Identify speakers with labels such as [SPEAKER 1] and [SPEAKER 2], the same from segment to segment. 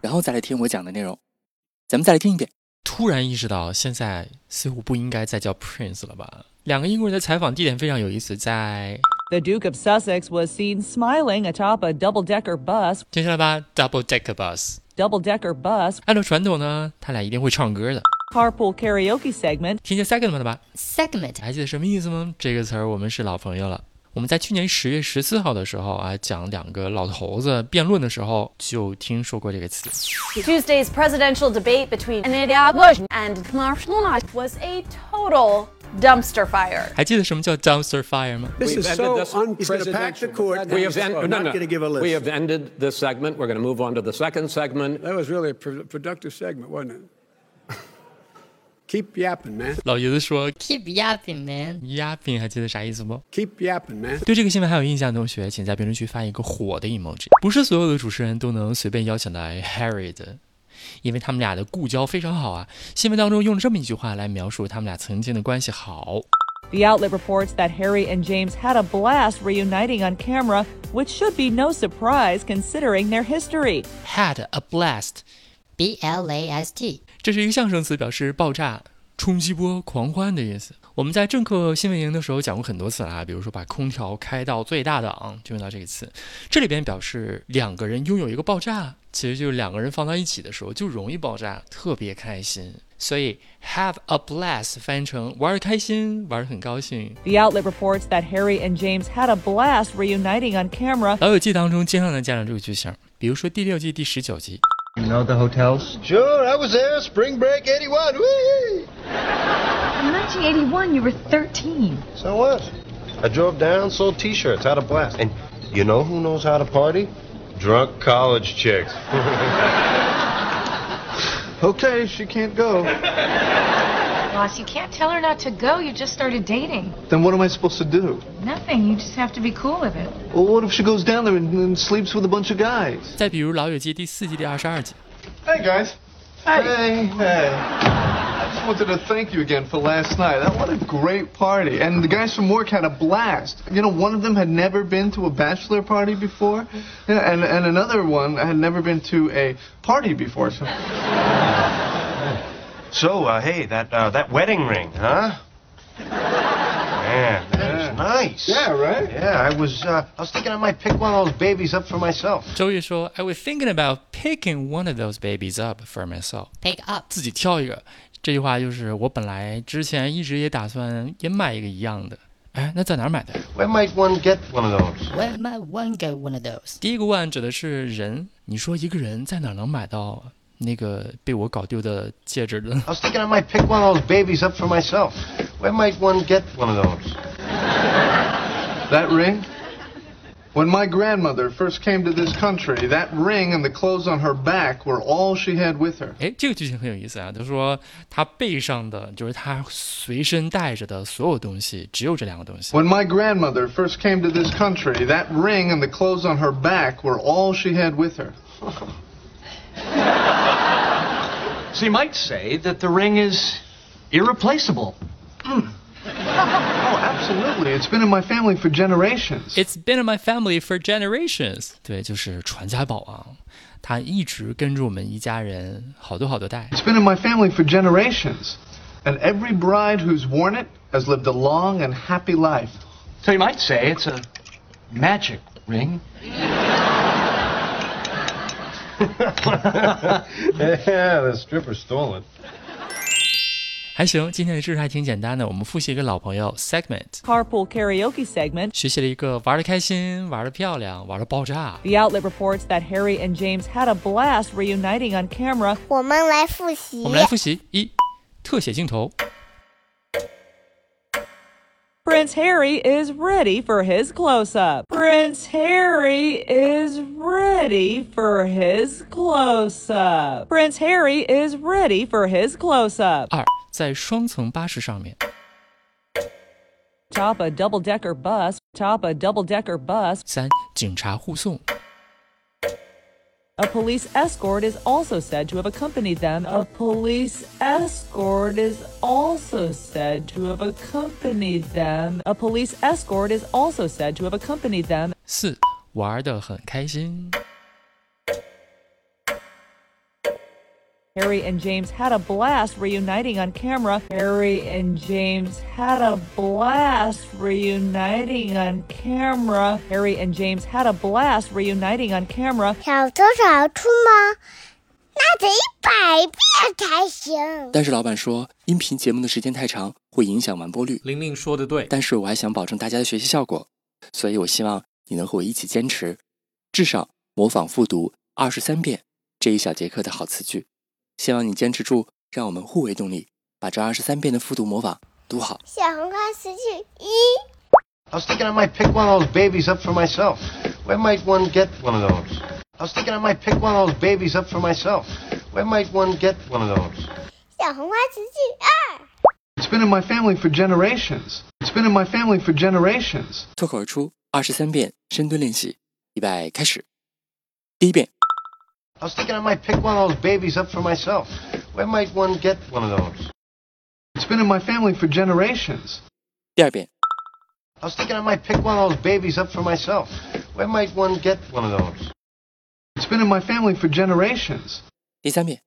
[SPEAKER 1] 然后再来听我讲的内容。咱们再来听一遍。
[SPEAKER 2] 突然意识到，现在似乎不应该再叫 Prince 了吧？两个英国人的采访地点非常有意思，在
[SPEAKER 3] The Duke of Sussex was seen smiling atop a double decker bus.
[SPEAKER 2] 听下来吧，Double Decker Bus。
[SPEAKER 3] Double decker bus,
[SPEAKER 2] 按照传统呢，他俩一定会唱歌的。
[SPEAKER 3] carpool karaoke segment.
[SPEAKER 2] 听见 segment 了吧？
[SPEAKER 4] segment
[SPEAKER 2] 还记得什么意思吗？这个词儿我们是老朋友了。我们在去年十月十四号的时候啊，讲两个老头子辩论的时候，就听说过这个词。
[SPEAKER 5] Tuesday's presidential debate between Anita Bush and Kamala Harris was a total dumpster fire.
[SPEAKER 2] 还记得什么叫 dumpster fire 吗？
[SPEAKER 6] This is so
[SPEAKER 7] He's going to pack the
[SPEAKER 6] unprecedented.
[SPEAKER 7] court.
[SPEAKER 6] We have
[SPEAKER 7] I'm
[SPEAKER 6] ended.
[SPEAKER 7] not going to give a list.
[SPEAKER 6] We have ended this segment. We're going to move on to the second segment.
[SPEAKER 7] That was really a pro- productive segment, wasn't it? Keep yapping, man.
[SPEAKER 2] 老爷子说
[SPEAKER 4] keep yapping man。
[SPEAKER 2] 压饼，还记得啥意思不？
[SPEAKER 7] Keep yapping, man.
[SPEAKER 2] 对这个新闻还有印象的同学，请在评论区发一个火的 emoji。不是所有的主持人都能随便邀请来 Harry 的，因为他们俩的故交非常好啊。新闻当中用了这么一句话来描述他们俩曾经的关系好。
[SPEAKER 3] The outlet reports that Harry and James had a blast reuniting on camera, which should be no surprise considering their history.
[SPEAKER 2] Had a blast，
[SPEAKER 4] B L A S T。
[SPEAKER 2] 这是一个象声词，表示爆炸、冲击波、狂欢的意思。我们在政客新闻营的时候讲过很多次了啊，比如说把空调开到最大档、就用到这个词。这里边表示两个人拥有一个爆炸，其实就是两个人放到一起的时候就容易爆炸，特别开心。所以 have a blast 翻译成玩儿开心，玩儿得很高兴。
[SPEAKER 3] The outlet reports that Harry and James had a blast reuniting on camera,
[SPEAKER 2] 老友记当中经常能见到这个句型，比如说第六季第十九集，
[SPEAKER 8] You know the hotels?
[SPEAKER 7] Sure, I was there. Spring break '81. Whee!
[SPEAKER 9] In 1981, you were 13.
[SPEAKER 8] So what? I drove down, sold t shirts, had a blast. And you know who knows how to party? Drunk college chicks. okay, she can't go.
[SPEAKER 9] Ross, you can't tell her not to go. You just started dating.
[SPEAKER 8] Then what am I supposed to do?
[SPEAKER 9] Nothing. You just have to be cool with it.
[SPEAKER 8] Well, what if she goes down there and, and sleeps with a bunch of guys?
[SPEAKER 2] 再比如老友记第四季第二十二集，
[SPEAKER 8] Hey, guys. Hey. Hey, hey. I just wanted to thank you again for last night. That what a great party. And the guys from work had a blast. You know, one of them had never been to a bachelor party before, yeah, and, and another one had never been to a party before. So, so uh, hey, that uh, that wedding ring, huh? Man, that was nice. Yeah, right? Yeah, I was uh, I was thinking I might pick one of those babies up for myself.
[SPEAKER 2] 周瑜说：“I was thinking about picking one of those babies up for myself。”
[SPEAKER 4] Pick up
[SPEAKER 2] 自己挑一个。这句话就是我本来之前一直也打算也买一个一样的。哎，那在哪儿买的？
[SPEAKER 8] Where might one get one of those?
[SPEAKER 4] Where might one get one of those？
[SPEAKER 2] 第一个 one 指的是人。你说一个人在哪儿能买到那个被我搞丢的戒指的？
[SPEAKER 8] I was thinking I might pick one of those babies up for myself. Where might one get one of those? That ring? When my grandmother first came to this country, that ring and the clothes on her back were all she had with her.
[SPEAKER 2] 哎，这个剧情很有意思啊。他说他背上的就是他随身带着的所有东西，只有这两个东西。
[SPEAKER 8] When my grandmother first came to this country, that ring and the clothes on her back were all she had with her.
[SPEAKER 10] So you might say that the ring is irreplaceable.
[SPEAKER 8] Hmm. Oh, absolutely. It's been in my family for generations.
[SPEAKER 2] It's been in my family for generations。对，就是传家宝啊，它一直跟着我们一家人好多好多代。
[SPEAKER 8] It's been in my family for generations. And every bride who's worn it has lived a long and happy life.
[SPEAKER 10] So you might say it's a magic ring.
[SPEAKER 8] yeah, the stripper stole it.
[SPEAKER 2] 还行，今天的知识还挺简单的。我们复习一个老朋友 segment，
[SPEAKER 3] carpool karaoke segment.
[SPEAKER 2] 学习了一个玩的开心、玩的漂亮、玩的爆炸。
[SPEAKER 3] The outlet reports that Harry and James had a blast reuniting on camera,
[SPEAKER 11] 我们来复习
[SPEAKER 2] 我们来复习：一、特写镜头；
[SPEAKER 3] Prince Prince Harry is ready for his close up. Prince Harry is ready for his close up. Prince Harry is ready for his close up.
[SPEAKER 2] 二，在双层巴士上面，
[SPEAKER 3] Top a double decker bus. Top a double decker bus.
[SPEAKER 2] 三，警察护送，
[SPEAKER 3] A police escort is also said to have accompanied them. A police escort is also said to have accompanied them. A police escort is also said to have accompanied them.
[SPEAKER 2] 四，玩的很开心。
[SPEAKER 3] Harry and James had a blast reuniting on camera. Harry and James had a blast reuniting on camera. Harry and James had a blast reuniting on camera.
[SPEAKER 11] 小偷小兔吗？那得一百遍才行。
[SPEAKER 1] 但是老板说，音频节目的时间太长，会影响完播率。
[SPEAKER 12] 玲玲说的对，
[SPEAKER 1] 但是我还想保证大家的学习效果，所以我希望你能和我一起坚持，至少模仿复读二十三遍这一小节课的好词句。希望你坚持住，让我们互为动力，把这二十三遍的复读模仿读好。
[SPEAKER 11] 小红花词句一，
[SPEAKER 8] I was thinking I might pick one of those babies up for myself. Where might one get one of those? I was thinking I might pick one of those babies up for myself. Where might one get one of those?
[SPEAKER 11] 小红花词句二，
[SPEAKER 6] It's been in my family for generations. It's been in my family for generations.
[SPEAKER 1] 脱口而出二十三遍深蹲练习，预备开始。第一遍，
[SPEAKER 8] I was thinking I might pick one of those babies up for myself. Where might one get one of those?
[SPEAKER 6] It's been in my family for generations.
[SPEAKER 1] 第二遍，
[SPEAKER 8] I was thinking I might pick one of those babies up for myself. Where might one get one of those?
[SPEAKER 6] It's been in my family for generations.
[SPEAKER 1] 第三遍，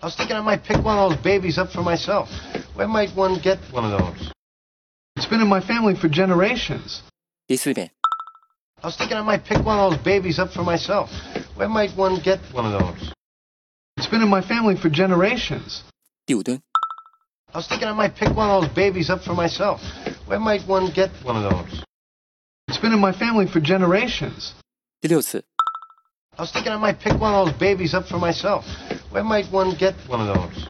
[SPEAKER 8] I was thinking I might pick one of those babies up for myself. Where might one get one of those?
[SPEAKER 6] It's been in my family for generations.
[SPEAKER 1] 第四遍，
[SPEAKER 8] I was thinking I might pick one of those babies up for myself. Where might one get one of those?
[SPEAKER 6] It's been in my family for generations.
[SPEAKER 1] 第五蹲，
[SPEAKER 8] I was thinking I might pick one of those babies up for myself. Where might one get one of those?
[SPEAKER 6] It's been in my family for generations.
[SPEAKER 1] 第六次，
[SPEAKER 8] I was thinking I might pick one of those babies up for myself. Where might one get one of those?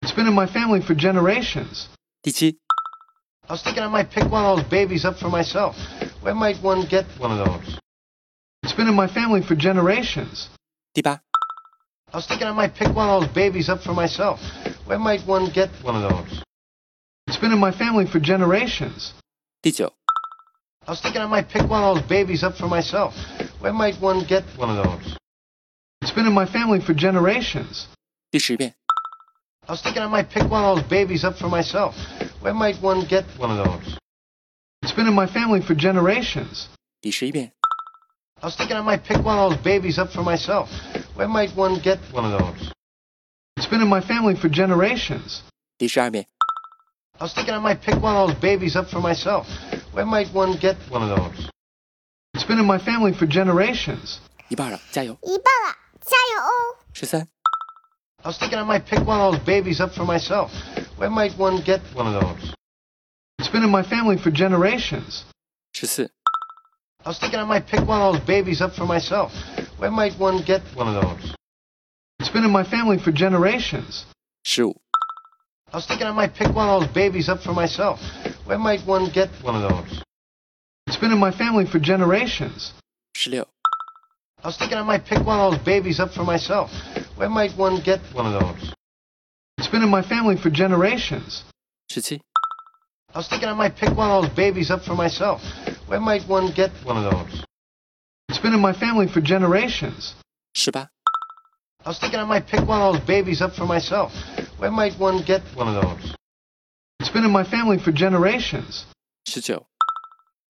[SPEAKER 6] It's been in my family for generations.
[SPEAKER 1] 第七，
[SPEAKER 8] I was thinking I might pick one of those babies up for myself. Where might one get one of those?
[SPEAKER 6] It's been in my family for generations.
[SPEAKER 1] 第八，
[SPEAKER 8] I was thinking I might pick one of those babies up for myself. Where might one get one of those?
[SPEAKER 6] It's been in my family for generations.
[SPEAKER 1] 第九，
[SPEAKER 8] I was thinking I might pick one of those babies up for myself. Where might one get one of those?
[SPEAKER 6] It's been in my family for generations.
[SPEAKER 1] 第十遍，
[SPEAKER 8] I was thinking I might pick one of those babies up for myself. Where might one get one of those?
[SPEAKER 6] It's been in my family for generations.
[SPEAKER 1] 第十一遍，
[SPEAKER 8] I was thinking I might pick one of those babies up for myself. Where might one get one of those?
[SPEAKER 6] It's been in my family for generations.
[SPEAKER 1] 第十二遍，
[SPEAKER 8] I was thinking I might pick one of those babies up for myself. Where might one get one of those?
[SPEAKER 6] It's been in my family for generations.
[SPEAKER 1] 一半了，加油！
[SPEAKER 11] 一半了，加油哦！
[SPEAKER 1] 十三、
[SPEAKER 8] I was thinking I might pick one of those babies up for myself. Where might one get one of those?
[SPEAKER 6] It's been in my family for generations.
[SPEAKER 1] 十四、
[SPEAKER 8] I was thinking I might pick one of those babies up for myself. Where might one get one of those?
[SPEAKER 6] It's been in my family for generations.
[SPEAKER 1] 十五、
[SPEAKER 8] I was thinking I might pick one of those babies up for myself. Where might one get one of those?
[SPEAKER 6] It's been in my family for generations.
[SPEAKER 1] 十六、
[SPEAKER 8] I was thinking I might pick one of those babies up for myself. Where might one get one of those?
[SPEAKER 6] It's been in my family for generations.
[SPEAKER 1] 十七、
[SPEAKER 8] I was thinking I might pick one of those babies up for myself. Where might one get one of those?
[SPEAKER 6] It's been in my family for generations.
[SPEAKER 1] 十八、
[SPEAKER 8] I was thinking I might pick one of those babies up for myself. Where might one get one of those?
[SPEAKER 6] It's been in my family for generations.
[SPEAKER 1] 十九、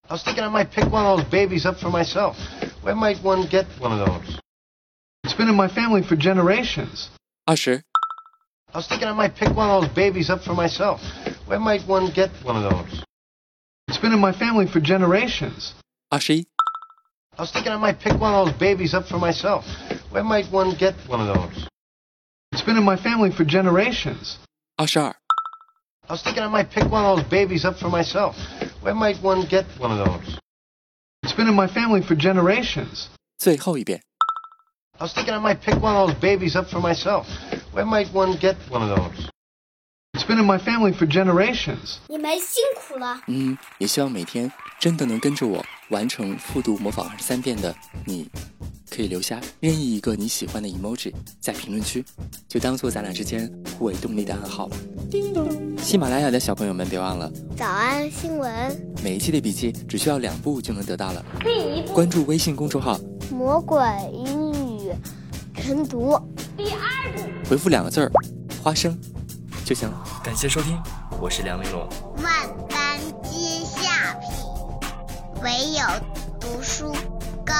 [SPEAKER 8] I was thinking I might pick one of those babies up for myself. Where might one get one of those?
[SPEAKER 6] It's been in my family for generations.
[SPEAKER 1] 二十、
[SPEAKER 8] I was thinking I might pick one of those babies up for myself. Where might one get one of those?
[SPEAKER 6] It's been in my family for generations.
[SPEAKER 1] 二十一、
[SPEAKER 8] I was thinking I might pick one of those babies up for myself. Where might one get one of those?
[SPEAKER 6] It's been in my family for generations.
[SPEAKER 1] 二十二、
[SPEAKER 8] I was thinking I might pick one of those babies up for myself. Where might one get one of those?
[SPEAKER 6] It's been in my family for generations.
[SPEAKER 1] 最后一遍。
[SPEAKER 8] I was thinking I might pick one of those babies up for myself. Where might one get one of those?
[SPEAKER 6] It's
[SPEAKER 8] It's been in my family for generations.
[SPEAKER 11] 你们辛苦了。
[SPEAKER 2] 嗯，也希望每天真的能跟着我完成复读模仿二十三遍的你，可以留下任意一个你喜欢的 emoji 在评论区，就当做咱俩之间互为动力的暗号吧。
[SPEAKER 11] 叮咚。
[SPEAKER 2] 喜马拉雅的小朋友们别忘了，
[SPEAKER 11] 早安新闻，
[SPEAKER 2] 每一期的笔记只需要两步就能得到了。
[SPEAKER 11] 第一
[SPEAKER 2] 关注微信公众号，
[SPEAKER 13] 魔鬼英语晨读第二部。
[SPEAKER 2] 回复两个字儿“花生”就行了。感谢收听，我是梁丽罗。
[SPEAKER 11] 万般皆下品，唯有读书高。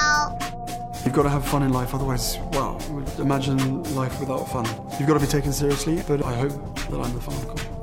[SPEAKER 14] You've got to have fun in life, otherwise, well, imagine life without fun. You've got to be taken seriously, but I hope that I'm the fun uncle.